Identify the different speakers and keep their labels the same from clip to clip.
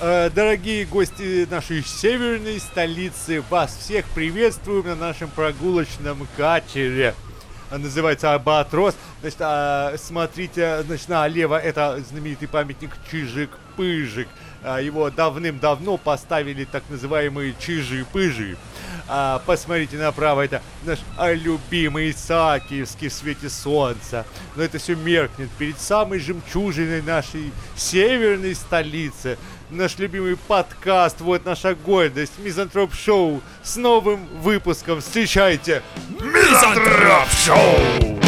Speaker 1: Э, Дорогие гости нашей северной столицы, вас всех приветствуем на нашем прогулочном катере. А, Называется Абатрос. Значит, а, смотрите, значит, налево это знаменитый памятник Чижик-Пыжик. А, Его давным-давно поставили так называемые чижи-пыжи. А, посмотрите направо, это наш а, любимый Исаакиевский в свете солнца. Но это все меркнет перед самой жемчужиной нашей северной столицы. Наш любимый подкаст, вот наша гордость, Мизантроп Шоу с новым выпуском. Встречайте!
Speaker 2: Мизантроп Шоу!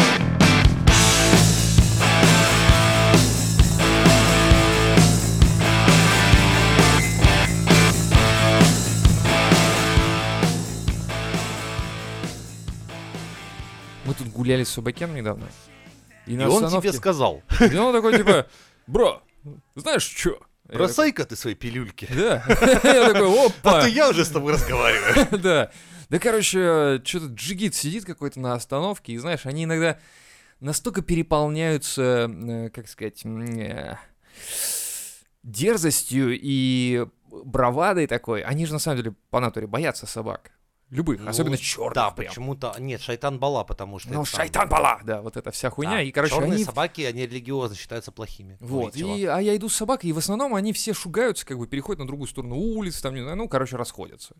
Speaker 3: Мы тут гуляли с Собакеном недавно. И, на остановке-
Speaker 1: сказал,
Speaker 3: И он такой, типа, бро, знаешь что?
Speaker 1: бросай-ка ты свои пилюльки.
Speaker 3: Да. Я такой,
Speaker 1: А
Speaker 3: опа.
Speaker 1: то я уже с тобой разговариваю.
Speaker 3: Да. Да, короче, что-то джигит сидит какой-то на остановке, и знаешь, они иногда настолько переполняются, э, как сказать, м, э, дерзостью и бравадой такой. Они же на самом деле по натуре боятся собак. Любых,
Speaker 4: Ну,
Speaker 3: особенно черных.
Speaker 4: Да,
Speaker 3: прям.
Speaker 4: почему-то. Нет, шайтан бала, потому что.
Speaker 3: Ну,
Speaker 4: это там-
Speaker 3: шайтан бала! Да, вот эта вся хуйня.
Speaker 4: Да,
Speaker 3: И, короче,
Speaker 4: черные
Speaker 3: они
Speaker 4: собаки, они религиозно считаются плохими.
Speaker 3: Вот,
Speaker 4: Ой, чувак.
Speaker 3: и, а я иду с собакой, и в основном они все шугаются, как бы переходят на другую сторону улицы, там, не знаю, ну, короче, расходятся.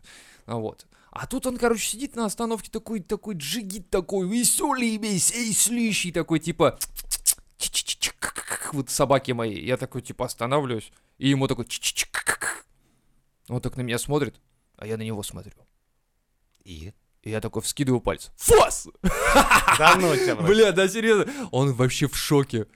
Speaker 3: А Вот. А тут он, короче, сидит на остановке такой, такой джигит такой, веселый весь, эй, слищий такой, типа, «Чи-чи-чи-чи, к-к-к-к», вот собаки мои. Я такой, типа, останавливаюсь, и ему такой, «Чи-чи-чи, к-к-к». он так на меня смотрит, а я на него смотрю.
Speaker 4: И?
Speaker 3: И я такой вскидываю пальцы. Фос!
Speaker 1: Да ну тебя, брат.
Speaker 3: Бля, да серьезно? Он вообще в шоке.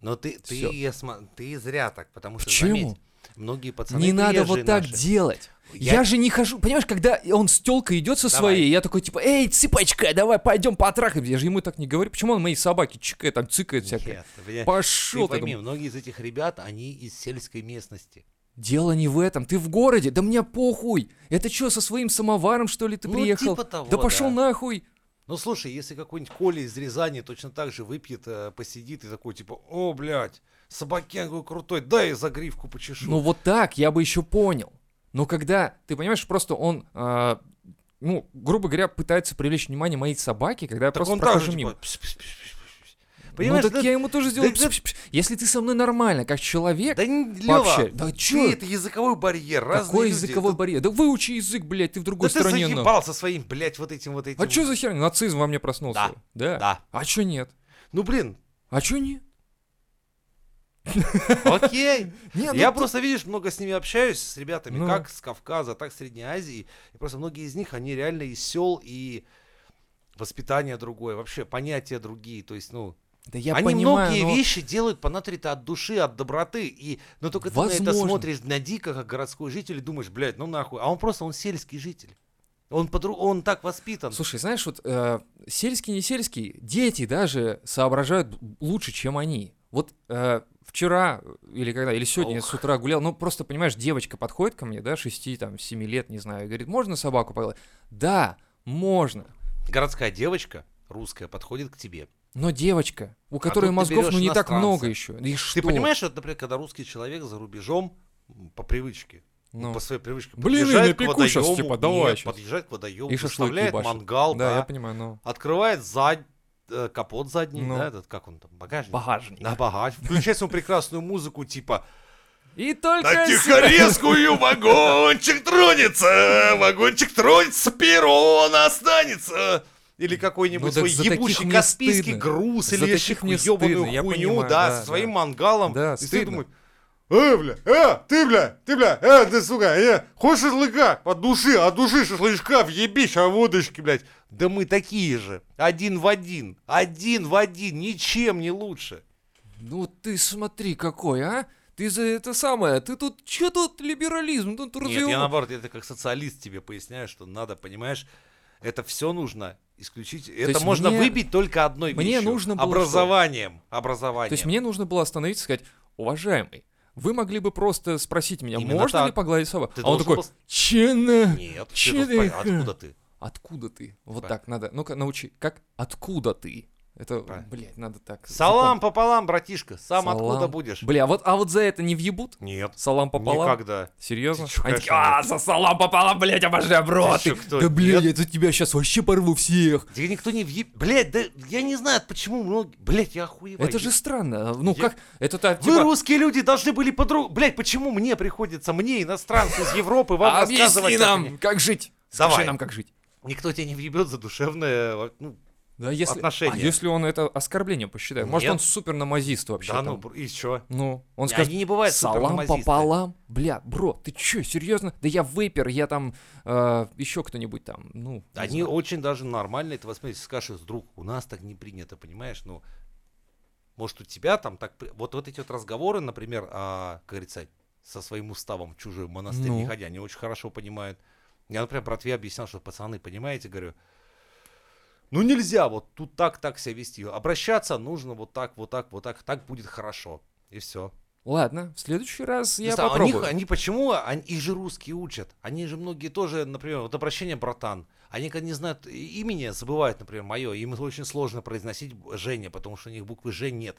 Speaker 4: Но ты, ты,
Speaker 3: Всё.
Speaker 4: я сма- ты зря так, потому что
Speaker 3: Почему?
Speaker 4: заметь, многие пацаны.
Speaker 3: Не надо
Speaker 4: приезжие
Speaker 3: вот так
Speaker 4: наши.
Speaker 3: делать. Я...
Speaker 4: Я-
Speaker 3: же не хожу, понимаешь, когда он с телкой идет со
Speaker 4: Давай.
Speaker 3: своей, я такой типа, эй, цыпочка, давай пойдем потрахаем. Я же ему так не говорю. Почему он моей собаке чикает, там цикает всякое?
Speaker 4: Нет, ты понимаешь,
Speaker 3: Пошел
Speaker 4: ты
Speaker 3: ты.
Speaker 4: пойми,
Speaker 3: думаю.
Speaker 4: многие из этих ребят, они из сельской местности.
Speaker 3: Дело не в этом, ты в городе, да мне похуй. Это что, со своим самоваром, что ли, ты
Speaker 4: Ну,
Speaker 3: приехал?
Speaker 4: типа того,
Speaker 3: да пошел
Speaker 4: да.
Speaker 3: нахуй.
Speaker 4: Ну слушай, если какой-нибудь Коля из Рязани точно так же выпьет, э, посидит и такой типа, о, блядь, собакен какой крутой, дай я загривку почешу.
Speaker 3: Ну вот так я бы еще понял. Но когда, ты понимаешь, просто он, а, ну, грубо говоря, пытается привлечь внимание моей собаки, когда я
Speaker 4: так
Speaker 3: просто
Speaker 4: он так
Speaker 3: прохожу
Speaker 4: же,
Speaker 3: мимо.
Speaker 4: типа, пс- пс- пс- пс- пс- пс.
Speaker 3: Ну
Speaker 4: Понимаешь,
Speaker 3: так
Speaker 4: ну,
Speaker 3: я ему тоже сделаю.
Speaker 4: да- да-
Speaker 3: пс-пс-пс. Если ты со мной нормально, как человек,
Speaker 4: Да не, Лёва,
Speaker 3: Вообще, да
Speaker 4: ты-
Speaker 3: чё?
Speaker 4: это языковой барьер, разные
Speaker 3: какой
Speaker 4: люди.
Speaker 3: языковой
Speaker 4: Да-
Speaker 3: барьер? Да выучи язык, блядь, ты в
Speaker 4: Да
Speaker 3: другой
Speaker 4: ты
Speaker 3: стране. нахуй.
Speaker 4: заебался своим, блядь, вот этим вот этим.
Speaker 3: А что за херня? Нацизм во мне проснулся. Да.
Speaker 4: Да.
Speaker 3: А чё нет?
Speaker 4: Ну блин,
Speaker 3: А чё нет?
Speaker 4: окей.
Speaker 3: Не, ну
Speaker 4: Я
Speaker 3: ты-
Speaker 4: просто, видишь, много с ними общаюсь, с ребятами,
Speaker 3: Ну.
Speaker 4: как с Кавказа, так с Средней Азии. И просто многие из них, они реально из сел и воспитание другое, вообще понятия другие. То есть, ну,
Speaker 3: Да я
Speaker 4: они
Speaker 3: понимаю,
Speaker 4: многие
Speaker 3: но-
Speaker 4: вещи делают по натуре-то от души, от доброты. И, но только ты на это
Speaker 3: Возможно.
Speaker 4: смотришь на дико, как городской житель, и думаешь, блядь, ну нахуй. А он просто, он сельский житель. Он, подру- он так воспитан.
Speaker 3: Слушай, знаешь, вот э, сельский, не сельский, дети даже соображают б- лучше, чем они. Вот э, вчера или когда, или сегодня я с утра гулял, ну просто, понимаешь, девочка подходит ко мне, да, 6, там, 7 лет, не знаю, и говорит, можно собаку погладить? Да, можно.
Speaker 4: Городская девочка русская подходит к тебе.
Speaker 3: Но девочка, у которой
Speaker 4: А тут ты
Speaker 3: мозгов
Speaker 4: берёшь
Speaker 3: ну не так
Speaker 4: иностранца.
Speaker 3: много еще. И что?
Speaker 4: Ты понимаешь, вот, например, когда русский человек за рубежом м, по привычке,
Speaker 3: Ну.
Speaker 4: по своей привычке,
Speaker 3: Блины
Speaker 4: подъезжает к
Speaker 3: напеку щас,
Speaker 4: водоему,
Speaker 3: типа, давай
Speaker 4: нет,
Speaker 3: щас.
Speaker 4: подъезжает к водоему,
Speaker 3: И шашлык
Speaker 4: выставляет
Speaker 3: ебашит.
Speaker 4: мангал,
Speaker 3: Да,
Speaker 4: да,
Speaker 3: я понимаю, но...
Speaker 4: открывает зад- э, капот задний,
Speaker 3: Ну.
Speaker 4: да, этот, как он там, багажник?
Speaker 3: Багажник.
Speaker 4: На багаж. Включает свою прекрасную музыку, типа
Speaker 3: И только...
Speaker 2: На
Speaker 3: с-
Speaker 2: Тихорецкую вагончик тронется, вагончик тронется, перо останется.
Speaker 4: или
Speaker 3: Ну,
Speaker 4: какой-нибудь
Speaker 3: так
Speaker 4: свой
Speaker 3: за таких
Speaker 4: ебучий
Speaker 3: мне
Speaker 4: каспийский
Speaker 3: стыдно.
Speaker 4: груз
Speaker 3: За
Speaker 4: или еще
Speaker 3: таких мне
Speaker 4: ебаную
Speaker 3: стыдно, я
Speaker 4: хуйню,
Speaker 3: понимаю,
Speaker 4: да,
Speaker 3: да,
Speaker 4: со своим
Speaker 3: да.
Speaker 4: мангалом.
Speaker 3: Да,
Speaker 4: и все
Speaker 3: стыдно.
Speaker 4: думают,
Speaker 1: Э, бля, э, ты, бля, ты, бля, э, ты, сука, э, хочешь шашлыка? От души, от души шашлычка, въебись, а водочки, блядь.
Speaker 4: да мы такие же, один в один, один в один, ничем не лучше.
Speaker 3: Ну ты смотри какой, а? Ты за это самое, ты тут... Че тут либерализм? Тут
Speaker 4: Нет,
Speaker 3: разве-
Speaker 4: я наоборот, это как социалист тебе поясняю, что надо, понимаешь, это все нужно исключить. Это
Speaker 3: есть
Speaker 4: можно
Speaker 3: мне-
Speaker 4: выбить только одной
Speaker 3: мне
Speaker 4: вещью.
Speaker 3: нужно было
Speaker 4: образованием, образованием.
Speaker 3: То есть мне нужно было остановиться и сказать, уважаемый, вы могли бы просто спросить меня,
Speaker 4: Именно
Speaker 3: можно ли
Speaker 4: так.
Speaker 3: погладить собаку?
Speaker 4: Ты
Speaker 3: а он
Speaker 4: должен
Speaker 3: такой,
Speaker 4: был с-
Speaker 3: «Че на-
Speaker 4: Нет, ты
Speaker 3: че
Speaker 4: тут
Speaker 3: ты
Speaker 4: пон-
Speaker 3: ха?»
Speaker 4: откуда ты?
Speaker 3: Откуда ты? Вот
Speaker 4: Типа-
Speaker 3: так надо. Ну-ка, научи. Как? Откуда ты? Это,
Speaker 4: Правильно.
Speaker 3: блядь, надо так.
Speaker 4: Салам пополам, братишка. Сам
Speaker 3: Салам.
Speaker 4: откуда будешь?
Speaker 3: Бля, вот, а вот за это не въебут?
Speaker 4: Нет.
Speaker 3: Салам пополам?
Speaker 4: Никогда.
Speaker 3: Серьезно?
Speaker 4: Ты чё,
Speaker 3: Они такие,
Speaker 4: конечно,
Speaker 3: а, за салам пополам, блядь, обожаю, бро,
Speaker 4: Ты
Speaker 3: ты-
Speaker 4: чё, кто?
Speaker 3: Да, блядь, я
Speaker 4: Нет.
Speaker 3: за тебя сейчас вообще порву всех.
Speaker 4: Тебе никто не въеб... Блять, да я не знаю, почему многие... Блять, я охуеваю.
Speaker 3: Это же странно. Ну
Speaker 4: Я-
Speaker 3: как? Это-то
Speaker 4: Вы,
Speaker 3: типа...
Speaker 4: русские люди, должны были по-другому... Блять, почему мне приходится, мне, иностранцу из Европы, вам рассказывать...
Speaker 3: «А, Объясни
Speaker 4: о
Speaker 3: нам,
Speaker 4: хуйне?
Speaker 3: как жить.
Speaker 4: Давай.
Speaker 3: Скажи нам, как жить.
Speaker 4: Никто тебя не въебет за душевное... Ну,
Speaker 3: Да, если...
Speaker 4: Отношения.
Speaker 3: А если он это оскорбление посчитает? Может,
Speaker 4: Нет.
Speaker 3: он супер намазист вообще
Speaker 4: да
Speaker 3: там?
Speaker 4: ну, бр- и чё?
Speaker 3: Ну, он
Speaker 4: Не,
Speaker 3: скажет,
Speaker 4: они не бывают
Speaker 3: салам
Speaker 4: супернамазисты».
Speaker 3: пополам, бля, бро, ты чё, серьезно? Да я вейпер, я там э, еще кто-нибудь там, ну, не
Speaker 4: Они
Speaker 3: знаю.
Speaker 4: очень даже нормально это воспринимают. Скажешь, друг, у нас так не принято, понимаешь? Ну, может, у тебя там так... при- Вот, вот эти вот разговоры, например, а, как говорится, со своим уставом в чужой монастырь не
Speaker 3: Ну.
Speaker 4: ходи, они очень хорошо понимают. Я, например, братве объяснял, что пацаны, понимаете, говорю, ну нельзя вот тут так, так себя вести. Обращаться нужно вот так, вот так, вот так. Так будет хорошо. И все.
Speaker 3: Ладно, в следующий раз я
Speaker 4: Не знаю,
Speaker 3: попробую.
Speaker 4: Они, они почему? Они, их же русские учат. Они же многие тоже, например, вот обращение братан. Они когда не знают и- имени, забывают, например, мое. Им очень сложно произносить б- Женя, потому что у них буквы Ж нет.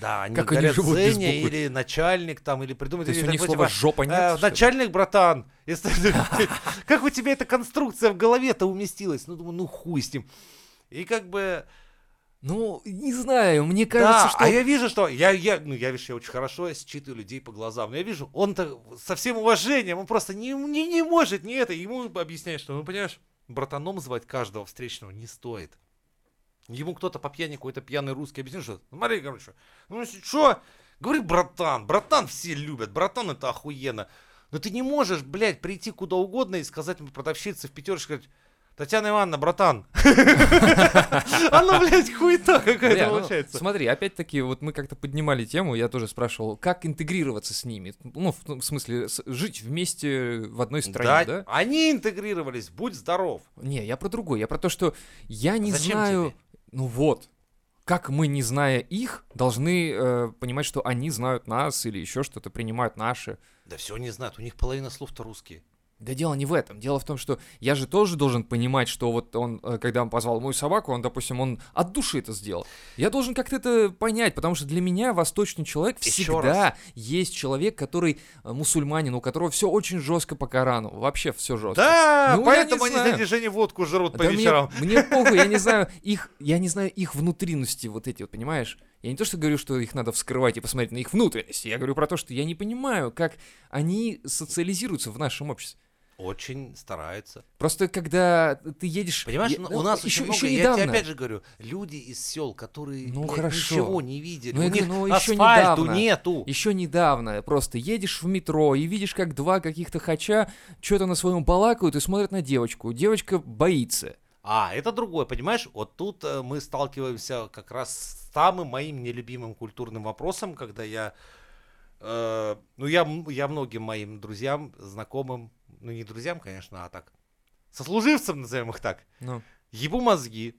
Speaker 4: Да, они
Speaker 3: Как они
Speaker 4: говорят
Speaker 3: живут без
Speaker 4: Женя
Speaker 3: буквы?
Speaker 4: или начальник там, или придумают.
Speaker 3: То есть
Speaker 4: или
Speaker 3: у них
Speaker 4: такое,
Speaker 3: слова
Speaker 4: типа,
Speaker 3: жопа нет?
Speaker 4: «Э,
Speaker 3: что ли?
Speaker 4: начальник, братан, если ты- как у тебя эта конструкция в голове-то уместилась? Ну, думаю, ну хуй с ним. И как бы
Speaker 3: Ну, не знаю, мне кажется,
Speaker 4: да,
Speaker 3: что...
Speaker 4: а я вижу, что я, я, ну, я, видишь, я очень хорошо считываю людей по глазам, но я вижу, он-то со всем уважением, он просто не, не, не может, не это, ему объясняют, что, ну, понимаешь, братаном звать каждого встречного не стоит. Ему кто-то по пьяни, какой-то пьяный русский объяснил, что, «Ну, смотри, короче, ну, что, говори братан, братан все любят, братан это охуенно, но ты не можешь, блядь, прийти куда угодно и сказать ему продавщице в пятерочке, говорить, Татьяна Ивановна, братан. Она, блядь, хуета
Speaker 3: Бля,
Speaker 4: какая-то
Speaker 3: ну,
Speaker 4: получается.
Speaker 3: смотри, опять-таки, вот мы как-то поднимали тему, я тоже спрашивал, как интегрироваться с ними? Ну, в, том смысле, с- жить вместе в одной стране, да?
Speaker 4: Они интегрировались, будь здоров.
Speaker 3: Не, я про другое, я про то, что я не
Speaker 4: Зачем
Speaker 3: знаю...
Speaker 4: тебе?
Speaker 3: Ну вот, как мы, не зная их, должны э, понимать, что они знают нас или еще что-то, принимают наши.
Speaker 4: Да все не знают, у них половина слов-то русские.
Speaker 3: Да дело не в этом. Дело в том, что я же тоже должен понимать, что вот он, э, когда он позвал мою собаку, он, допустим, он от души это сделал. Я должен как-то это понять, потому что для меня восточный человек
Speaker 4: Ещё
Speaker 3: всегда есть человек, который э, мусульманин, у которого все очень жестко по Корану. Вообще все жестко.
Speaker 4: Да,
Speaker 3: Ну, я
Speaker 4: поэтому
Speaker 3: не
Speaker 4: они
Speaker 3: знаю.
Speaker 4: на движении водку жрут по
Speaker 3: Да мне-
Speaker 4: вечерам.
Speaker 3: Мне, похуй, я не знаю их, я не знаю их внутренности вот эти вот, понимаешь? Я не то, что говорю, что их надо вскрывать и посмотреть на их внутренности. Я говорю про то, что я не понимаю, как они социализируются в нашем обществе.
Speaker 4: Очень стараются.
Speaker 3: Просто когда ты едешь...
Speaker 4: Понимаешь,
Speaker 3: я-
Speaker 4: ну,
Speaker 3: ну,
Speaker 4: у нас
Speaker 3: ещё-
Speaker 4: еще, много,
Speaker 3: ещё
Speaker 4: я
Speaker 3: недавно.
Speaker 4: тебе опять же говорю, люди из сел, которые
Speaker 3: Ну,
Speaker 4: блядь,
Speaker 3: хорошо.
Speaker 4: ничего не видели,
Speaker 3: Ну,
Speaker 4: у
Speaker 3: я
Speaker 4: них
Speaker 3: говорю, ну, ещё
Speaker 4: асфальту
Speaker 3: недавно.
Speaker 4: нету.
Speaker 3: Еще недавно просто едешь в метро и видишь, как два каких-то хача что-то на своем балакают и смотрят на девочку. Девочка боится.
Speaker 4: А, это другое, понимаешь? Вот тут э, мы сталкиваемся как раз с самым моим нелюбимым культурным вопросом, когда я... э, ну, я, м- я многим моим друзьям, знакомым, ну, не друзьям, конечно, а так, сослуживцам, назовем их так,
Speaker 3: Ну,
Speaker 4: ебу мозги,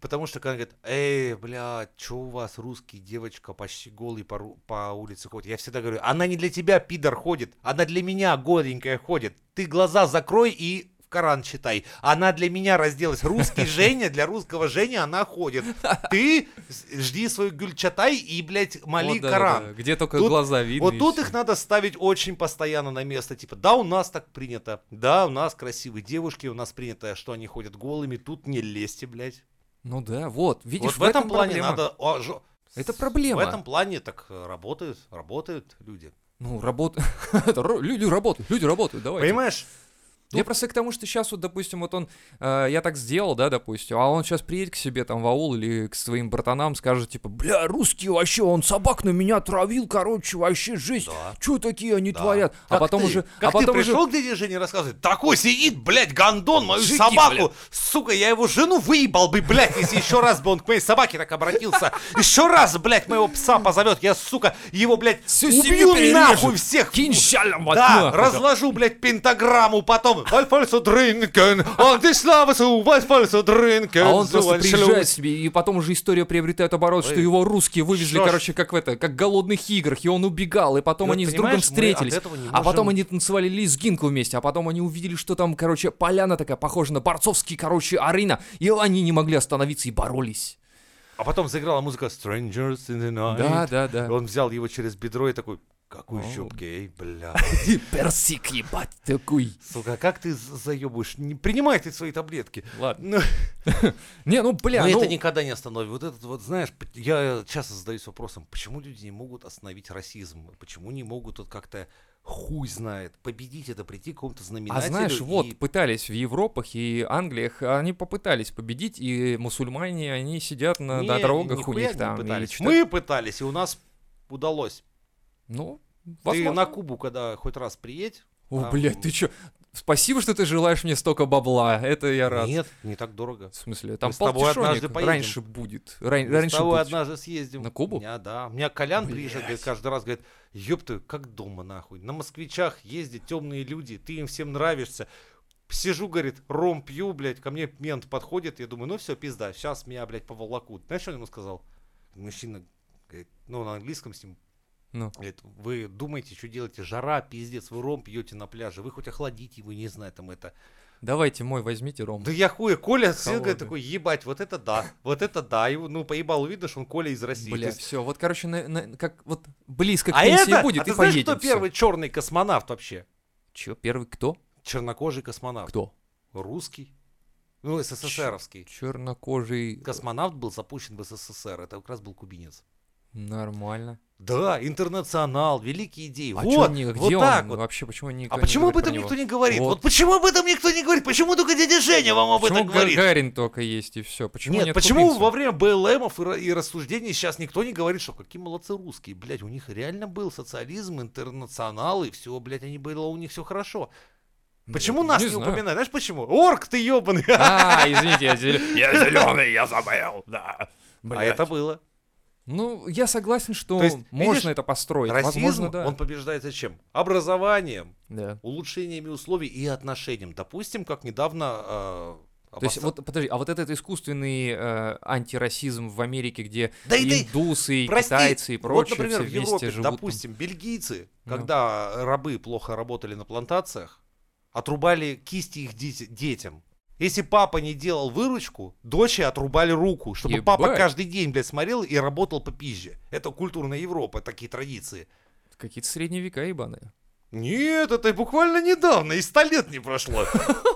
Speaker 4: потому что когда говорят, эй, блядь, чё у вас русский девочка почти голый по, ру- по улице ходит? Я всегда говорю, она не для тебя, пидор, ходит, она для меня голенькая ходит. Ты глаза закрой и в Коран читай. Она для меня разделась. Русский Женя, для русского Женя она ходит. Ты с- жди свою гюльчатай и, блядь, моли
Speaker 3: вот да, да,
Speaker 4: Коран.
Speaker 3: да. Где только
Speaker 4: Тут-
Speaker 3: глаза видно.
Speaker 4: Вот
Speaker 3: и
Speaker 4: тут
Speaker 3: всё.
Speaker 4: их надо ставить очень постоянно на место. Типа, да, у нас так принято. Да, у нас красивые девушки, у нас принято, что они ходят голыми. Тут не лезьте, блядь.
Speaker 3: Ну да, вот, видишь,
Speaker 4: вот в этом, плане
Speaker 3: проблема.
Speaker 4: надо... а, жо-
Speaker 3: Это
Speaker 4: В
Speaker 3: проблема.
Speaker 4: этом плане так э, работают, работают люди.
Speaker 3: Ну, работа... Это ро- люди работают, люди работают, давай.
Speaker 4: Понимаешь?
Speaker 3: Я Ну, просто к тому, что сейчас вот, допустим, вот он, э, я так сделал, да, допустим, а он сейчас приедет к себе там в аул или к своим братанам, скажет, типа, бля, русские вообще, он собак на меня травил, короче, вообще жизнь.
Speaker 4: Да.
Speaker 3: Чё такие они
Speaker 4: Да.
Speaker 3: творят? а
Speaker 4: Как
Speaker 3: потом
Speaker 4: ты?
Speaker 3: уже... а
Speaker 4: Как
Speaker 3: потом
Speaker 4: ты
Speaker 3: уже...
Speaker 4: пришел к дяде Жене и рассказывает, такой сидит, блядь, гондон, мою
Speaker 3: Жигит,
Speaker 4: собаку,
Speaker 3: блядь.
Speaker 4: сука, я его жену выебал бы, блядь, если еще раз бы он к моей собаке так обратился, еще раз, блядь, моего пса позовет, я, сука, его, блядь,
Speaker 3: Всю семью
Speaker 4: убью
Speaker 3: перережу.
Speaker 4: нахуй всех,
Speaker 3: Кинжалом вот
Speaker 4: Да,
Speaker 3: нахуй.
Speaker 4: разложу, блядь, пентаграмму потом. Альфальсо Дринкен, Антиславасу, Альфальсо Дринкен.
Speaker 3: А он просто
Speaker 4: Зуальшлюс.
Speaker 3: приезжает себе, и потом уже история приобретает оборот, что
Speaker 4: Ой.
Speaker 3: его русские вывезли,
Speaker 4: Что ж.
Speaker 3: короче, как в это, как в голодных играх, и он убегал, и потом
Speaker 4: И вот
Speaker 3: они с другом
Speaker 4: понимаешь, мы от
Speaker 3: встретились,
Speaker 4: этого не
Speaker 3: а потом
Speaker 4: можем-
Speaker 3: они танцевали лизгинку вместе, а потом они увидели, что там, короче, поляна такая похожа на борцовский, короче, арена, и они не могли остановиться и боролись.
Speaker 4: А потом заиграла музыка Strangers in the Night.
Speaker 3: Да, да, да.
Speaker 4: И Он взял его через бедро и такой, какой
Speaker 3: О.
Speaker 4: еще гей, бля.
Speaker 3: Персик ебать такой.
Speaker 4: Сука, как ты з- заебываешь? Не принимай ты свои таблетки.
Speaker 3: Ладно.
Speaker 4: Ну,
Speaker 3: Не, ну бля,
Speaker 4: но
Speaker 3: ну...
Speaker 4: это никогда не остановит. Вот этот вот, знаешь, п- я часто задаюсь вопросом, почему люди не могут остановить расизм? Почему не могут вот как-то хуй знает, победить это, прийти к какому-то
Speaker 3: А
Speaker 4: знаменателю.
Speaker 3: знаешь, вот
Speaker 4: и-
Speaker 3: пытались в Европах и Англиях, они попытались победить, и мусульмане, они сидят на, на
Speaker 4: Не,
Speaker 3: дорогах у
Speaker 4: нихуя
Speaker 3: них
Speaker 4: не
Speaker 3: там. и
Speaker 4: пытались.
Speaker 3: читают.
Speaker 4: Мы пытались, и у нас удалось.
Speaker 3: Ну,
Speaker 4: Ты
Speaker 3: возможно.
Speaker 4: на А, ну. Кубу, когда хоть раз приедь,
Speaker 3: О,
Speaker 4: там-
Speaker 3: блядь, ты чё? Спасибо, что ты желаешь мне столько бабла, это я рад.
Speaker 4: нет, не так дорого.
Speaker 3: В смысле, там
Speaker 4: Мы с тобой
Speaker 3: полтишонек
Speaker 4: однажды поедем.
Speaker 3: раньше будет. Ран-
Speaker 4: Мы с
Speaker 3: Э, раньше
Speaker 4: тобой
Speaker 3: будет.
Speaker 4: однажды съездим.
Speaker 3: На Кубу?
Speaker 4: У меня, да. У меня Колян приезжает, говорит, каждый раз говорит, ёб ты, как дома нахуй. На москвичах ездят темные люди, ты им всем нравишься. Сижу, говорит, ром пью, блядь, ко мне мент подходит, я думаю, ну все, пизда, сейчас меня, блядь, поволокут. Знаешь, что он ему сказал? Мужчина, говорит, ну, на английском с ним,
Speaker 3: Ну.
Speaker 4: говорит, вы думаете, что делаете? Жара, пиздец, вы ром пьете на пляже, вы хоть охладите его, не знаю, там это.
Speaker 3: Давайте мой возьмите, Ром.
Speaker 4: Да я хуя, Коля сел,
Speaker 3: Холодный.
Speaker 4: говорит, такой, ебать, вот это да, вот это да. Его, ну, поебал, видно, что он Коля из России. То
Speaker 3: Бля,
Speaker 4: есть-
Speaker 3: все, вот, короче, на- на- как вот близко к
Speaker 4: а
Speaker 3: пенсии
Speaker 4: это,
Speaker 3: будет,
Speaker 4: а
Speaker 3: и
Speaker 4: ты знаешь,
Speaker 3: поедем.
Speaker 4: кто первый черный космонавт вообще?
Speaker 3: Че, первый кто?
Speaker 4: Чернокожий космонавт.
Speaker 3: Кто?
Speaker 4: Русский. Ну, СССРовский.
Speaker 3: Чернокожий.
Speaker 4: Космонавт был запущен в СССР, это как раз был кубинец.
Speaker 3: Нормально.
Speaker 4: Да, интернационал, великие идеи.
Speaker 3: А чё
Speaker 4: вот,
Speaker 3: не-
Speaker 4: вот
Speaker 3: где
Speaker 4: так
Speaker 3: он
Speaker 4: вот.
Speaker 3: вообще? Почему никто
Speaker 4: А
Speaker 3: не
Speaker 4: почему об
Speaker 3: говорит
Speaker 4: этом
Speaker 3: про
Speaker 4: никто
Speaker 3: него?
Speaker 4: не говорит?
Speaker 3: Вот.
Speaker 4: Вот. почему об этом никто не говорит? Почему только дядя Женя вам об
Speaker 3: Почему
Speaker 4: этом говорит?
Speaker 3: Гагарин только есть и все? Почему
Speaker 4: Нет,
Speaker 3: нет
Speaker 4: почему
Speaker 3: кубинцев?
Speaker 4: во время БЛМов и, ра- и рассуждений сейчас никто не говорит, что какие молодцы русские, блядь, у них реально был социализм, интернационал и все, блядь, они было у них все хорошо. Почему
Speaker 3: Ну, не
Speaker 4: нас не,
Speaker 3: знаю.
Speaker 4: упоминают? Знаешь почему? Орк ты ебаный!
Speaker 3: А, извините, я зелё-
Speaker 2: Я зеленый, я забыл, да.
Speaker 4: А это было.
Speaker 3: Ну, я согласен, что
Speaker 4: То есть,
Speaker 3: можно
Speaker 4: видишь,
Speaker 3: это построить.
Speaker 4: Расизм,
Speaker 3: Возможно, да.
Speaker 4: он побеждается чем? Образованием,
Speaker 3: Да.
Speaker 4: улучшениями условий и отношениям. Допустим, как недавно... э,
Speaker 3: То есть,
Speaker 4: обосра-
Speaker 3: вот подожди, а вот этот искусственный э, антирасизм в Америке, где
Speaker 4: Да и ты-
Speaker 3: индусы, и
Speaker 4: Прости, Ну
Speaker 3: китайцы и
Speaker 4: вот,
Speaker 3: прочие
Speaker 4: например,
Speaker 3: все
Speaker 4: в
Speaker 3: вместе
Speaker 4: Европе,
Speaker 3: живут. там.
Speaker 4: допустим, бельгийцы,
Speaker 3: Ну.
Speaker 4: когда рабы плохо работали на плантациях, отрубали кисти их дети- детям. Если папа не делал выручку, дочери отрубали руку, чтобы папа
Speaker 3: Ебать.
Speaker 4: каждый день, блядь, смотрел и работал по пизже. Это культурная Европа, такие традиции.
Speaker 3: Какие-то средние века ебаные.
Speaker 4: Нет, это буквально недавно, и сто лет не прошло.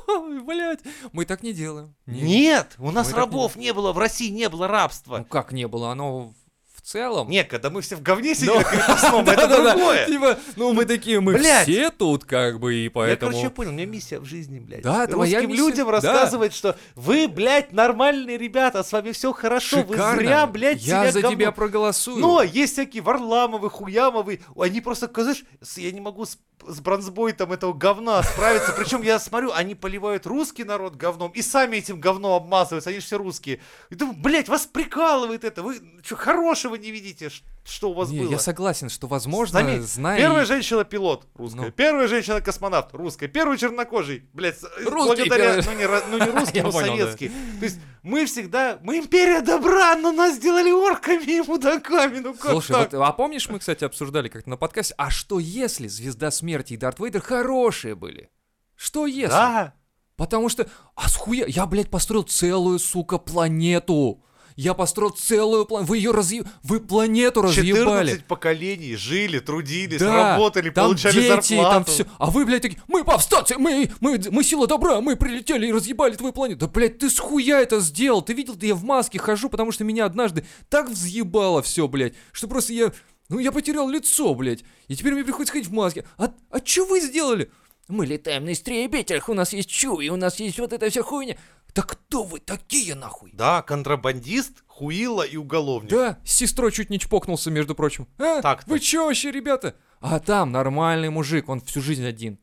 Speaker 3: Ой, Блядь, мы так не делаем. Не-
Speaker 4: Нет, у нас
Speaker 3: так не
Speaker 4: рабов не было, в России не было
Speaker 3: Ну
Speaker 4: рабства.
Speaker 3: как не было, оно в- в целом...
Speaker 4: Некогда, мы все в говне
Speaker 3: Ну,
Speaker 4: сидели перед сном, это
Speaker 3: Да-да-да,
Speaker 4: другое.
Speaker 3: Типа, ну мы такие, мы
Speaker 4: Блядь.
Speaker 3: все тут как бы, и поэтому...
Speaker 4: Я, короче, понял, у меня миссия в жизни, блядь.
Speaker 3: Да, твоя
Speaker 4: Русским
Speaker 3: миссия-
Speaker 4: людям
Speaker 3: да.
Speaker 4: рассказывать, что вы, блядь, нормальные ребята, с вами все хорошо,
Speaker 3: Шикарно.
Speaker 4: вы зря, блядь,
Speaker 3: Я
Speaker 4: себя
Speaker 3: за
Speaker 4: говно.
Speaker 3: тебя проголосую.
Speaker 4: Но есть всякие Варламовы, Хуямовы, они просто, как знаешь, с- я не могу с, с бронзбойтом этого говна справиться. Причем я смотрю, они поливают русский народ говном и сами этим говном обмазываются, они же все русские. И думаю, блядь, вас прикалывает это, вы что, хорошего не видите, ш- что у вас
Speaker 3: Не,
Speaker 4: было?
Speaker 3: я согласен, что возможно,
Speaker 4: Заметь,
Speaker 3: зная...
Speaker 4: Первая женщина-пилот русская,
Speaker 3: Ну.
Speaker 4: первая женщина-космонавт русская, первый чернокожий, блядь, с- э,
Speaker 3: Русский
Speaker 4: благодаря,
Speaker 3: первый.
Speaker 4: ну не, ра- ну, не русский,
Speaker 3: Я
Speaker 4: но
Speaker 3: понял, да.
Speaker 4: советский. То есть мы всегда, мы империя добра, но нас сделали орками и мудаками, ну как
Speaker 3: Слушай,
Speaker 4: так?
Speaker 3: вот, а помнишь, мы, кстати, обсуждали как-то на подкасте, а что если Звезда Смерти и Дарт Вейдер хорошие были? Что если?
Speaker 4: Да,
Speaker 3: Потому что, а с хуя, я, блядь, построил целую, сука, планету. Я построил целую планету. Вы ее разъ... Вы планету разъебали.
Speaker 4: 14 поколений жили, трудились,
Speaker 3: Да,
Speaker 4: работали,
Speaker 3: там
Speaker 4: получали
Speaker 3: дети,
Speaker 4: зарплату.
Speaker 3: там все. А вы, блядь, такие, мы повстанцы, мы, мы, мы сила добра, мы прилетели и разъебали твою планету. Да, блядь, ты с хуя это сделал? Ты видел, да я в маске хожу, потому что меня однажды так взъебало все, блядь, что просто я, ну, я потерял лицо, блядь. И теперь мне приходится ходить в маске. А, а что вы сделали? Мы летаем на истребителях, у нас есть чу, и у нас есть вот эта вся хуйня. Да кто вы такие, нахуй?
Speaker 4: Да, контрабандист, хуила и уголовник.
Speaker 3: Да, с сестрой чуть не чпокнулся, между прочим. А,
Speaker 4: Так-то.
Speaker 3: вы чё вообще, ребята? А там нормальный мужик, он всю жизнь один.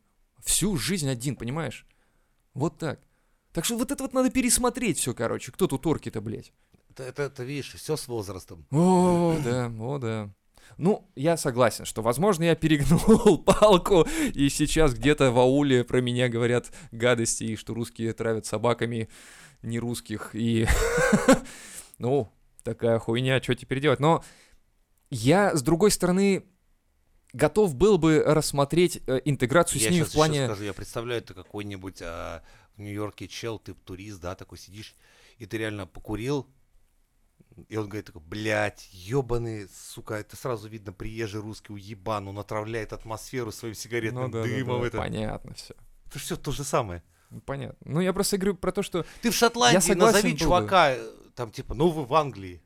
Speaker 3: Всю жизнь один, понимаешь? Вот так. Так что вот это вот надо пересмотреть все, короче. Кто тут орки-то, блядь?
Speaker 4: Это, это- это, видишь, все с возрастом.
Speaker 3: О, да, о, да. Ну, я согласен, что, возможно, я перегнул палку, и сейчас где-то в ауле про меня говорят гадости, и что русские травят собаками нерусских, и... Ну, такая хуйня, что теперь делать? Но я, с другой стороны, готов был бы рассмотреть э, интеграцию с
Speaker 4: Я
Speaker 3: ними
Speaker 4: сейчас
Speaker 3: в плане...
Speaker 4: скажу, я представляю, ты какой-нибудь а, в Нью-Йорке чел, ты турист, да, такой сидишь, и ты реально покурил, И он говорит такой, блядь, ебаный, сука, это сразу видно, приезжий русский уебан, он отравляет атмосферу своим сигаретным
Speaker 3: Ну да, да,
Speaker 4: дымом.
Speaker 3: да,
Speaker 4: это...
Speaker 3: Понятно все.
Speaker 4: это все то же самое.
Speaker 3: Понятно. Ну, я просто говорю про то, что
Speaker 4: Ты в Шотландии
Speaker 3: согласен
Speaker 4: назови
Speaker 3: был бы.
Speaker 4: чувака, э, там типа, ну вы в Англии.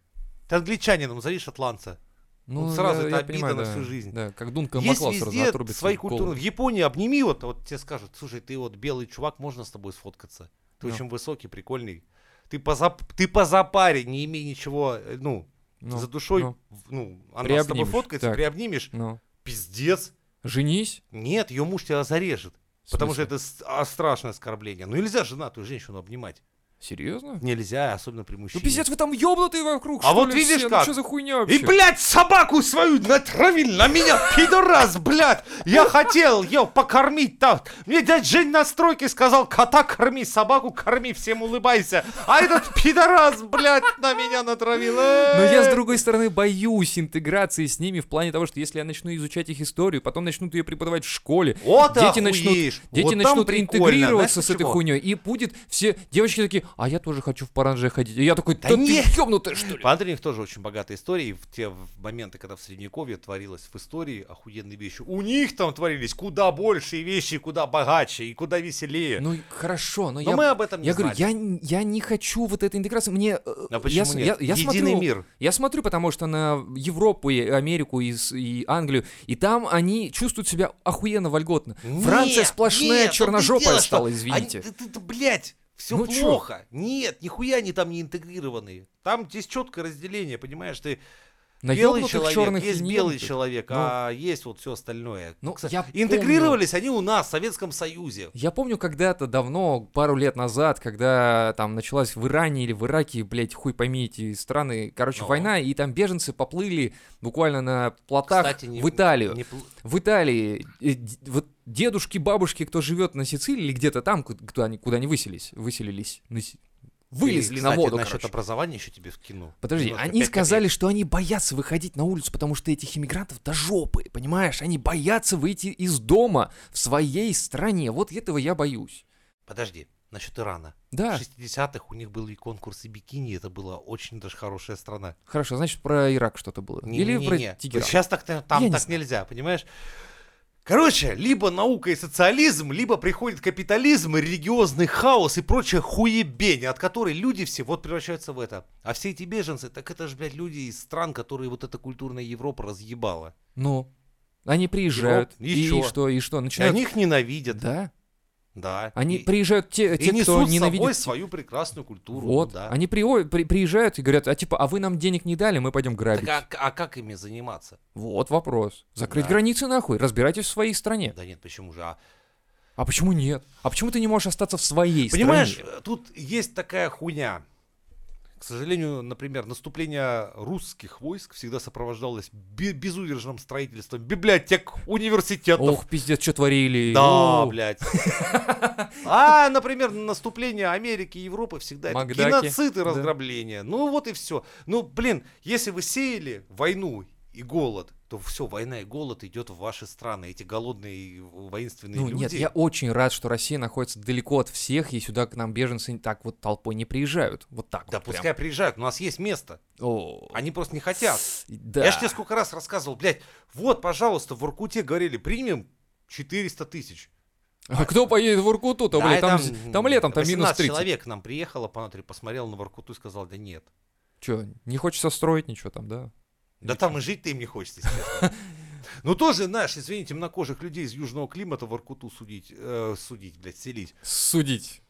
Speaker 4: Ты англичанином, назови шотландца.
Speaker 3: Ну,
Speaker 4: Вот сразу
Speaker 3: я-
Speaker 4: это
Speaker 3: я
Speaker 4: обида
Speaker 3: понимаю,
Speaker 4: на
Speaker 3: да.
Speaker 4: всю жизнь.
Speaker 3: Да, как Дункан
Speaker 4: Есть
Speaker 3: Маклау сразу
Speaker 4: везде
Speaker 3: отрубит
Speaker 4: свои
Speaker 3: тебе голову.
Speaker 4: культуры. В Японии обними, вот, вот тебе скажут, слушай, ты вот белый чувак, можно с тобой сфоткаться? Ты
Speaker 3: Да.
Speaker 4: очень высокий, прикольный. Ты по, зап... ты по запаре, не имей ничего, э, ну,
Speaker 3: Ну,
Speaker 4: за душой,
Speaker 3: ну.
Speaker 4: в- ну, она с тобой
Speaker 3: Приобнимешь,
Speaker 4: фоткается,
Speaker 3: так.
Speaker 4: приобнимешь,
Speaker 3: Ну,
Speaker 4: пиздец.
Speaker 3: женись.
Speaker 4: Нет, ее муж тебя зарежет,
Speaker 3: В
Speaker 4: потому что
Speaker 3: смысле?
Speaker 4: это с- а, страшное оскорбление. Ну нельзя женатую женщину обнимать.
Speaker 3: Серьезно?
Speaker 4: Нельзя, особенно при мужчине.
Speaker 3: Ну, пиздец, вы там ёбнутые вокруг,
Speaker 4: А
Speaker 3: что
Speaker 4: вот
Speaker 3: ли,
Speaker 4: видишь
Speaker 3: все?
Speaker 4: как?
Speaker 3: Ну, что за хуйня
Speaker 4: И,
Speaker 3: вообще?
Speaker 4: блядь, собаку свою натравили на меня, пидорас, блядь! Я хотел ее покормить так. Мне дядя Жень на стройке сказал, кота корми, собаку корми, всем улыбайся. А этот пидорас, блядь, на меня натравил.
Speaker 3: Но я, с
Speaker 4: Э,
Speaker 3: другой стороны, боюсь интеграции с ними в плане того, что если я начну изучать их историю, потом начнут ее преподавать в школе,
Speaker 4: Вот
Speaker 3: дети
Speaker 4: охуеешь.
Speaker 3: начнут, дети
Speaker 4: Вот там
Speaker 3: начнут
Speaker 4: прикольно.
Speaker 3: интегрироваться
Speaker 4: Знаешь
Speaker 3: с этой
Speaker 4: почему?
Speaker 3: хуйней, и будет все девочки такие, а я тоже хочу в паранже ходить. И я такой, да,
Speaker 4: Да
Speaker 3: ты
Speaker 4: нет.
Speaker 3: ёбнутая, что ли?
Speaker 4: По Андрееву тоже очень богатая история. И в те в- моменты, когда в Средневековье творилось в истории охуенные вещи. У них там творились куда большие вещи, и куда богаче, и куда веселее.
Speaker 3: Ну, и хорошо, но,
Speaker 4: Но
Speaker 3: я...
Speaker 4: мы об этом не
Speaker 3: я говорю,
Speaker 4: знали.
Speaker 3: я, н- я не хочу вот этой интеграции. Мне. э,
Speaker 4: А
Speaker 3: я,
Speaker 4: почему
Speaker 3: с-
Speaker 4: нет?
Speaker 3: я- я
Speaker 4: Единый
Speaker 3: смотрю,
Speaker 4: мир.
Speaker 3: Я смотрю, потому что на Европу и Америку и, с- и Англию, и там они чувствуют себя охуенно вольготно. Франция
Speaker 4: Нет,
Speaker 3: сплошная
Speaker 4: нет, вот ты
Speaker 3: черножопая
Speaker 4: дело,
Speaker 3: стала,
Speaker 4: что
Speaker 3: извините.
Speaker 4: Они, ты, ты- ты, блядь, все
Speaker 3: Ну чё?
Speaker 4: плохо. Нет, нихуя они там не интегрированные. Там здесь четкое разделение, понимаешь, ты
Speaker 3: На
Speaker 4: белый
Speaker 3: ёбнутых
Speaker 4: человек,
Speaker 3: чёрных и
Speaker 4: есть
Speaker 3: не
Speaker 4: белый
Speaker 3: ёбнутых.
Speaker 4: человек,
Speaker 3: Ну.
Speaker 4: а есть вот все остальное.
Speaker 3: Ну,
Speaker 4: Кстати,
Speaker 3: я Ну,
Speaker 4: интегрировались они у нас, в Советском Союзе.
Speaker 3: Я помню когда-то давно, пару лет назад, когда там началась в Иране или в Ираке, блядь, хуй пойми эти страны, короче,
Speaker 4: Ну.
Speaker 3: война, и там беженцы поплыли буквально на плотах
Speaker 4: Кстати, не-
Speaker 3: в Италию.
Speaker 4: не пл-
Speaker 3: В Италии э, д- вот дедушки, бабушки, кто живет на Сицилии или где-то там, ку- кто они, куда они выселись, выселились, на Си- вылезли
Speaker 4: И,
Speaker 3: на
Speaker 4: кстати,
Speaker 3: воду,
Speaker 4: насчет
Speaker 3: короче.
Speaker 4: образования еще тебе Ну, вкину.
Speaker 3: Подожди,
Speaker 4: Немножко
Speaker 3: они
Speaker 4: пять копеек.
Speaker 3: сказали, что они боятся выходить на улицу, потому что этих иммигрантов до жопы, понимаешь? Они боятся выйти из дома в своей стране. Вот этого я боюсь.
Speaker 4: Подожди, насчет Ирана.
Speaker 3: Да,
Speaker 4: В 60-х у них был и конкурсы бикини, это была очень даже хорошая страна.
Speaker 3: хорошо, значит, про Ирак что-то было. или про Тегеран.
Speaker 4: Сейчас так, та- там
Speaker 3: Я не
Speaker 4: так нельзя, понимаешь? Короче, либо наука и социализм, либо приходит капитализм, и религиозный хаос и прочая хуебень, от которой люди все вот превращаются в это. А все эти беженцы, так это же, блядь, люди из стран, которые вот эта культурная Европа разъебала.
Speaker 3: Ну, они приезжают.
Speaker 4: Европа. Ну, И
Speaker 3: и,
Speaker 4: чё?
Speaker 3: что, и что?
Speaker 4: И
Speaker 3: Начинают...
Speaker 4: они их ненавидят. Да.
Speaker 3: Да, они приезжают те,
Speaker 4: и,
Speaker 3: те
Speaker 4: и несут
Speaker 3: кто
Speaker 4: с собой
Speaker 3: ненавидит
Speaker 4: свою прекрасную культуру. ну
Speaker 3: Вот,
Speaker 4: да.
Speaker 3: они прио- при- приезжают и говорят, а типа, а вы нам денег не дали, мы пойдем грабить.
Speaker 4: Так а, к- а как ими заниматься?
Speaker 3: Вот вопрос. Закрыть
Speaker 4: Да.
Speaker 3: границы нахуй, разбирайтесь в своей стране.
Speaker 4: Да нет, почему же? А
Speaker 3: А почему нет? А почему ты не можешь остаться в своей
Speaker 4: Понимаешь,
Speaker 3: стране?
Speaker 4: э, тут есть такая хуйня. К сожалению, например, наступление русских войск всегда сопровождалось бе- безудержным строительством библиотек, университетов.
Speaker 3: Ох, пиздец, что творили.
Speaker 4: да,
Speaker 3: О,
Speaker 4: блядь. А, например, наступление Америки и Европы всегда это
Speaker 3: Макдаки.
Speaker 4: геноцид и
Speaker 3: Да.
Speaker 4: разграбление. Ну вот и все. Ну, блин, если вы сеяли войну и голод, то все, война и голод идет в ваши страны. Эти голодные и воинственные
Speaker 3: Ну
Speaker 4: люди.
Speaker 3: нет, я очень рад, что Россия находится далеко от всех, и сюда к нам беженцы так вот толпой не приезжают. Вот так
Speaker 4: Да
Speaker 3: вот прям.
Speaker 4: пускай приезжают, у нас есть место.
Speaker 3: О,
Speaker 4: Они просто не хотят.
Speaker 3: да.
Speaker 4: Я же тебе сколько раз рассказывал, блядь, вот, пожалуйста, в Иркуте говорили, примем 400 тысяч.
Speaker 3: А кто поедет в Уркуту-то,
Speaker 4: Да,
Speaker 3: блядь?
Speaker 4: и
Speaker 3: Там, там, летом, там минус
Speaker 4: 18
Speaker 3: 30.
Speaker 4: человек к нам приехало по натуре, посмотрел на Воркуту и сказал, да нет.
Speaker 3: Че, не хочется строить ничего там, да?
Speaker 4: Да там и жить-то им не хочется, естественно. Ну тоже, знаешь, извини, темнокожих людей из южного климата в Иркуту судить, э, судить, блядь, селить.
Speaker 3: Судить.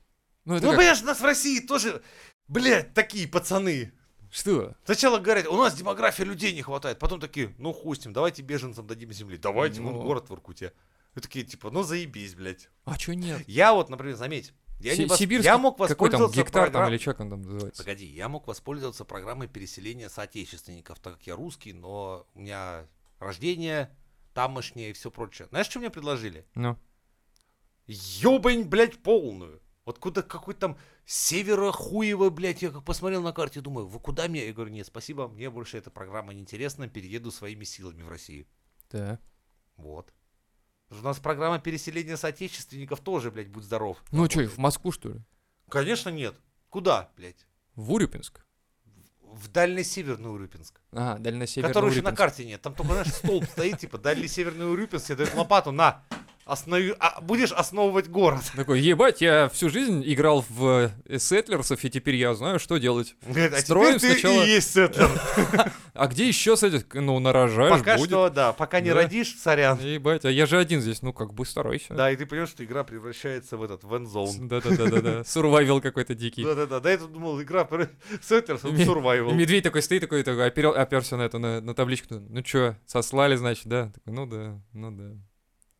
Speaker 3: Ну это
Speaker 4: Ну,
Speaker 3: как?
Speaker 4: понимаешь, у нас в России тоже, блядь, такие пацаны.
Speaker 3: Что?
Speaker 4: Сначала говорят, у нас демографии людей не хватает. Потом такие, ну хуй с ним, давайте беженцам дадим земли. Давайте, вон
Speaker 3: Ну.
Speaker 4: город в Иркуте. И такие, типа, ну заебись, блядь.
Speaker 3: А чё нет?
Speaker 4: Я вот, например, заметь, я, не
Speaker 3: Си-
Speaker 4: вос-
Speaker 3: сибирский
Speaker 4: я мог
Speaker 3: какой
Speaker 4: воспользоваться
Speaker 3: там гектар там
Speaker 4: программ-
Speaker 3: или чё он там называется?
Speaker 4: Погоди, я мог воспользоваться программой переселения соотечественников, так как я русский, но у меня рождение тамошнее и все прочее. Знаешь, что мне предложили?
Speaker 3: Ну.
Speaker 4: Ёбань, блядь, полную. Вот куда какой там северо хуево, блядь, я как посмотрел на карте, думаю, вы куда мне? Я говорю, нет, спасибо, мне больше эта программа не интересна, перееду своими силами в Россию.
Speaker 3: Да.
Speaker 4: Вот. У нас программа переселения соотечественников тоже, блядь, будь здоров.
Speaker 3: Ну чё,
Speaker 4: работает.
Speaker 3: в Москву что ли?
Speaker 4: Конечно, нет. Куда, блядь?
Speaker 3: В Урюпинск?
Speaker 4: В- в Дальний Северный Урюпинск.
Speaker 3: Ага, А, дальносеверный
Speaker 4: Который еще на
Speaker 3: Урюпинск.
Speaker 4: карте нет. Там только, знаешь, столб стоит, типа, Дальний Северный Урюпинск, тебе дают лопату, на, основи... а, будешь основывать город.
Speaker 3: Такой, ебать, я всю жизнь играл в э, Сеттлерсов, и теперь я знаю, что делать.
Speaker 4: Говорит, а
Speaker 3: Строим
Speaker 4: теперь ты
Speaker 3: сначала-
Speaker 4: и есть это.
Speaker 3: А где еще садят? Ну, нарожаешь,
Speaker 4: Пока
Speaker 3: будет.
Speaker 4: что, да, пока не
Speaker 3: Да.
Speaker 4: родишь, сорян.
Speaker 3: Ебать, а я же один здесь, ну как бы старайся.
Speaker 4: Да, и ты понимаешь, что игра превращается в этот, в Endzone.
Speaker 3: Да-да-да-да. Сурвайвел какой-то дикий.
Speaker 4: Да-да-да, да я тут думал, игра про Settlers of
Speaker 3: Ми- И
Speaker 4: Survival.
Speaker 3: медведь такой стоит, такой, такой опер- оперся на эту, на, на табличку. Ну чё, сослали, значит, да? Такой, ну да, ну да.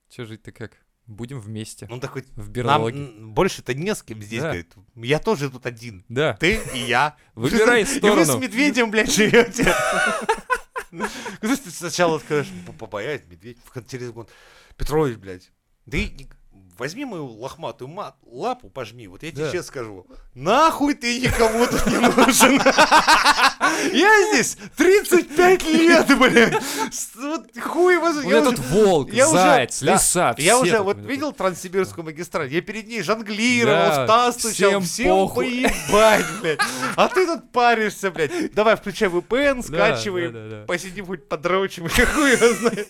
Speaker 3: Че жить-то как? Будем вместе.
Speaker 4: Он такой,
Speaker 3: В
Speaker 4: нам
Speaker 3: берлоге.
Speaker 4: м, больше-то не с кем здесь,
Speaker 3: Да.
Speaker 4: говорит. Я тоже тут один.
Speaker 3: Да,
Speaker 4: Ты и я.
Speaker 3: выбирай
Speaker 4: И вы с
Speaker 3: сторону.
Speaker 4: медведем, блядь, живете. Ну, Ты сначала скажешь, попаять медведь, в кон- через год. Петрович, блядь, да и не- возьми мою лохматую ма- лапу, пожми, вот я тебе
Speaker 3: Да.
Speaker 4: сейчас скажу, нахуй ты никому тут не нужен. Я здесь 35 лет, блядь. С- Вот хуй его
Speaker 3: Вот
Speaker 4: знает. Я
Speaker 3: этот
Speaker 4: уже-
Speaker 3: волк,
Speaker 4: я уже-
Speaker 3: заяц,
Speaker 4: да,
Speaker 3: лиса,
Speaker 4: Я
Speaker 3: А все
Speaker 4: уже
Speaker 3: тут
Speaker 4: вот
Speaker 3: меня-
Speaker 4: видел Транссибирскую магистраль, я перед ней жонглировал,
Speaker 3: Да,
Speaker 4: в таз стучал,
Speaker 3: всем
Speaker 4: всем
Speaker 3: похуй.
Speaker 4: поебать, блядь. А ты тут паришься, блядь. Давай, включай VPN,
Speaker 3: Да,
Speaker 4: скачивай,
Speaker 3: да, да, да.
Speaker 4: посидим хоть подрочим, какую я знаю.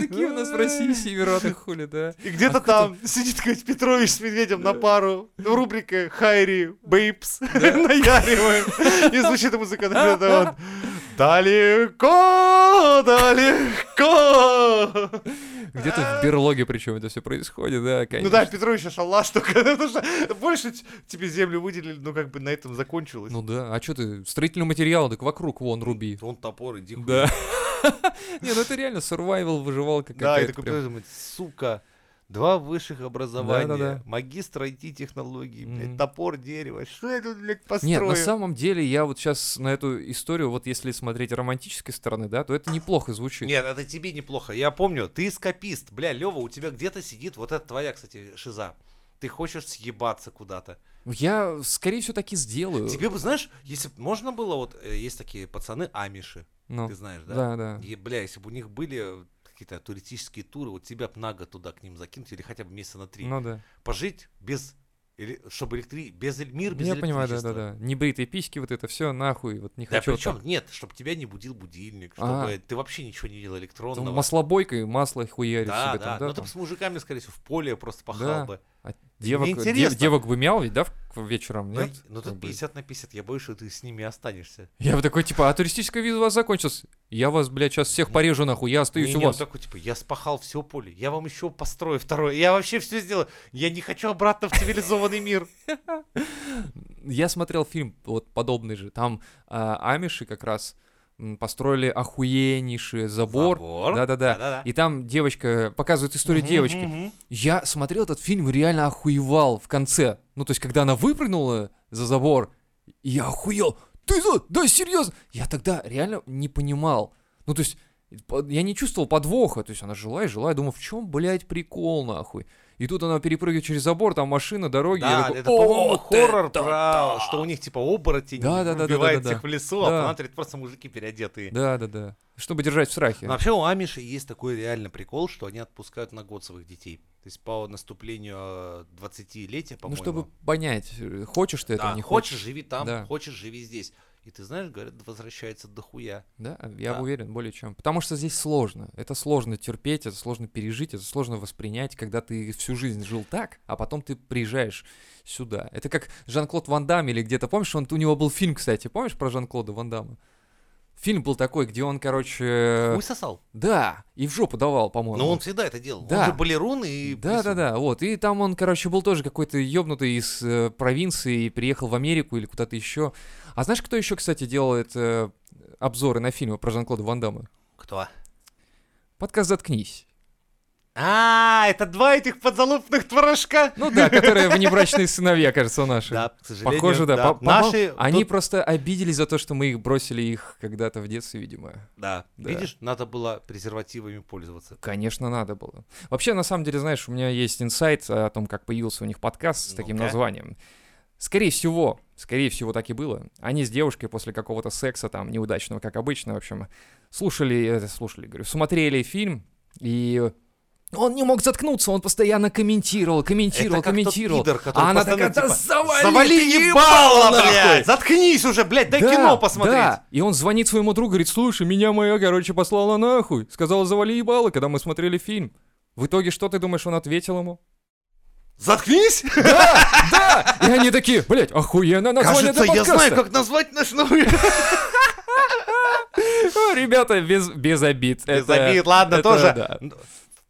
Speaker 3: Такие у нас в России североты хули, да.
Speaker 4: И где-то там сидит какой-нибудь Петрович с Медведем на пару. Рубрика Хайри Бейпс наяриваем. И звучит музыка на это вот. Далеко, далеко.
Speaker 3: Где-то в берлоге причем это все происходит, да,
Speaker 4: Ну
Speaker 3: конечно.
Speaker 4: да, Петрович шалаш только. потому что Больше т- тебе землю выделили, ну как бы на этом закончилось.
Speaker 3: Ну да, а что ты, строительный материал, так вокруг вон руби.
Speaker 4: Он топор, иди хуй.
Speaker 3: Да. Не, ну это реально survival, выживалка
Speaker 4: Да, и
Speaker 3: какая-то
Speaker 4: такой
Speaker 3: прям.
Speaker 4: Петрович думает, сука, Два высших образования,
Speaker 3: Да-да-да.
Speaker 4: магистр IT-технологий, блядь,
Speaker 3: Мгм.
Speaker 4: топор, дерево, что я тут, блядь,
Speaker 3: Нет,
Speaker 4: построю?
Speaker 3: на самом деле я вот сейчас на эту историю, вот если смотреть романтической стороны, да, то это неплохо звучит.
Speaker 4: Нет, это тебе неплохо. Я помню, ты скопист. Бля, Лева, у тебя где-то сидит вот эта твоя, кстати, шиза. Ты хочешь съебаться куда-то.
Speaker 3: Я, скорее всего, таки сделаю.
Speaker 4: Тебе бы, знаешь, если б можно было, вот э, есть такие пацаны амиши,
Speaker 3: Ну,
Speaker 4: ты знаешь, да?
Speaker 3: да, да.
Speaker 4: И, бля, если бы у них были э, какие-то туристические туры, вот тебя бы на год туда к ним закинуть или хотя бы месяца на три.
Speaker 3: Ну да.
Speaker 4: Пожить без, эле- чтобы электри... без эль- мир, без
Speaker 3: Я понимаю, да, да,
Speaker 4: электричества.
Speaker 3: да. Небритые письки, вот это все, нахуй, вот не
Speaker 4: Да
Speaker 3: хочу.
Speaker 4: причем
Speaker 3: там.
Speaker 4: нет, чтобы тебя не будил будильник,
Speaker 3: А.
Speaker 4: чтобы ты вообще ничего не делал
Speaker 3: Там
Speaker 4: электронного.
Speaker 3: маслобойкой масло хуяришь
Speaker 4: да,
Speaker 3: себе
Speaker 4: да,
Speaker 3: там, да,
Speaker 4: ну ты
Speaker 3: там.
Speaker 4: бы с мужиками, скорее всего, в поле просто пахал
Speaker 3: Да.
Speaker 4: бы.
Speaker 3: А девок, дев-
Speaker 4: интересно.
Speaker 3: девок бы мял ведь, да, в- вечером,
Speaker 4: Ну,
Speaker 3: нет?
Speaker 4: Ну
Speaker 3: Как
Speaker 4: тут
Speaker 3: бы.
Speaker 4: 50 на 50, я боюсь, что ты с ними останешься.
Speaker 3: Я бы такой, типа, а туристическая виза у вас закончилась? Я вас, блядь, сейчас всех порежу, нахуй, я остаюсь
Speaker 4: Не,
Speaker 3: у
Speaker 4: не, он
Speaker 3: вас.
Speaker 4: такой, типа, я спахал все поле, я вам еще построю второе, я вообще все сделаю, я не хочу обратно в цивилизованный мир.
Speaker 3: Я смотрел фильм вот подобный же. Там а, амиши как раз м, построили охуеннейший забор. Да-да-да.
Speaker 4: Да-да-да.
Speaker 3: И там девочка, показывает историю
Speaker 4: Мгм,
Speaker 3: девочки.
Speaker 4: мгм.
Speaker 3: Я смотрел этот фильм, реально охуевал в конце. Ну, то есть, когда она выпрыгнула за забор, я охуел. Ты за... Да, серьезно? Я тогда реально не понимал. Ну, то есть, по- я не чувствовал подвоха. То есть, она жила и жила. Я думал, в чем, блядь, прикол, нахуй? И тут она перепрыгивает через забор, там машина, дороги. я
Speaker 4: Да,
Speaker 3: такой,
Speaker 4: это, по-моему,
Speaker 3: «Вот
Speaker 4: хоррор
Speaker 3: это
Speaker 4: про, что у них, типа, оборотень
Speaker 3: Да-да-да-да-да-да.
Speaker 4: убивает всех в лесу,
Speaker 3: Да.
Speaker 4: а смотрит просто мужики переодетые.
Speaker 3: Да, да, да. Чтобы держать в страхе.
Speaker 4: Но вообще у Амиши есть такой реально прикол, что они отпускают на год своих детей. То есть по наступлению э, 20-летия,
Speaker 3: ну,
Speaker 4: по-моему.
Speaker 3: чтобы понять, э, хочешь ты
Speaker 4: Да,
Speaker 3: этого, не
Speaker 4: хочешь,
Speaker 3: хочешь.
Speaker 4: живи там,
Speaker 3: Да.
Speaker 4: хочешь, живи здесь. И ты знаешь, говорят, возвращается дохуя.
Speaker 3: Да, а, я
Speaker 4: Да.
Speaker 3: уверен, более чем. Потому что здесь сложно. Это сложно терпеть, это сложно пережить, это сложно воспринять, когда ты всю жизнь жил так, а потом ты приезжаешь сюда. Это как Жан-Клод Ван Дамм или где-то, помнишь, он, у него был фильм, кстати, помнишь про Жан-Клода Ван Дамма? Фильм был такой, где он, короче, э,
Speaker 4: Хуй сосал.
Speaker 3: да, и в жопу давал, по-моему.
Speaker 4: Но Ну, он всегда это делал.
Speaker 3: Да.
Speaker 4: Он же балерун и...
Speaker 3: Да, да, да, вот. И там он, короче, был тоже какой-то ёбнутый из э, провинции и приехал в Америку или куда-то еще. А знаешь, кто еще, кстати, делает э, обзоры на фильмы про Жан-Клода Ван Дамма?
Speaker 4: Кто?
Speaker 3: Подкаст «Заткнись».
Speaker 4: А, это два этих подзалупных творожка.
Speaker 3: Ну да, которые внебрачные сыновья, кажется, наши.
Speaker 4: Да, к сожалению.
Speaker 3: Похоже, да. по- по-
Speaker 4: Наши...
Speaker 3: Они
Speaker 4: тут-
Speaker 3: просто обиделись за то, что мы их бросили их когда-то в детстве, видимо.
Speaker 4: Да.
Speaker 3: Да.
Speaker 4: Видишь, надо было презервативами пользоваться.
Speaker 3: Конечно, надо было. Вообще, на самом деле, знаешь, у меня есть инсайт э, о том, как появился у них подкаст с таким
Speaker 4: Ну-ка.
Speaker 3: названием. Скорее всего, скорее всего, так и было. Они с девушкой после какого-то секса, там, неудачного, как обычно, в общем, слушали, э, слушали, говорю, смотрели фильм, и Он не мог заткнуться, он постоянно комментировал, комментировал,
Speaker 4: Это как тот
Speaker 3: комментировал.
Speaker 4: пидор, который
Speaker 3: а она
Speaker 4: постоянно,
Speaker 3: такая, да
Speaker 4: типа,
Speaker 3: завали,
Speaker 4: Завали
Speaker 3: ты
Speaker 4: ебало,
Speaker 3: нахуй!»
Speaker 4: блядь! Заткнись уже, блядь, дай
Speaker 3: Да,
Speaker 4: кино посмотреть!
Speaker 3: Да. И он звонит своему другу, говорит, слушай, меня моя, короче, послала нахуй. Сказала, завали ебало, когда мы смотрели фильм. В итоге, что ты думаешь, он ответил ему?
Speaker 4: Заткнись!
Speaker 3: И они такие, блядь, охуенно название
Speaker 4: Кажется,
Speaker 3: для
Speaker 4: я
Speaker 3: подкаста.
Speaker 4: знаю, как назвать наш новый...
Speaker 3: А, Ребята, без, без обид.
Speaker 4: Без
Speaker 3: Это-
Speaker 4: обид, ладно,
Speaker 3: это
Speaker 4: тоже.
Speaker 3: да.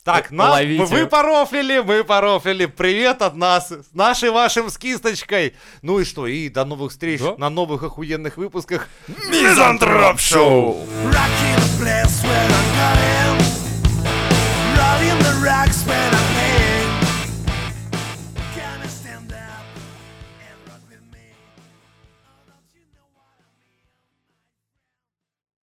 Speaker 4: Так,
Speaker 3: Л-
Speaker 4: нам,
Speaker 3: ловите.
Speaker 4: вы порофлили, мы порофлили. Привет от нас, с нашей вашим с кисточкой. Ну и что, и до новых встреч
Speaker 3: Да.
Speaker 4: на новых охуенных выпусках.
Speaker 2: Мизантроп Шоу!
Speaker 5: Rocking the place where I got him.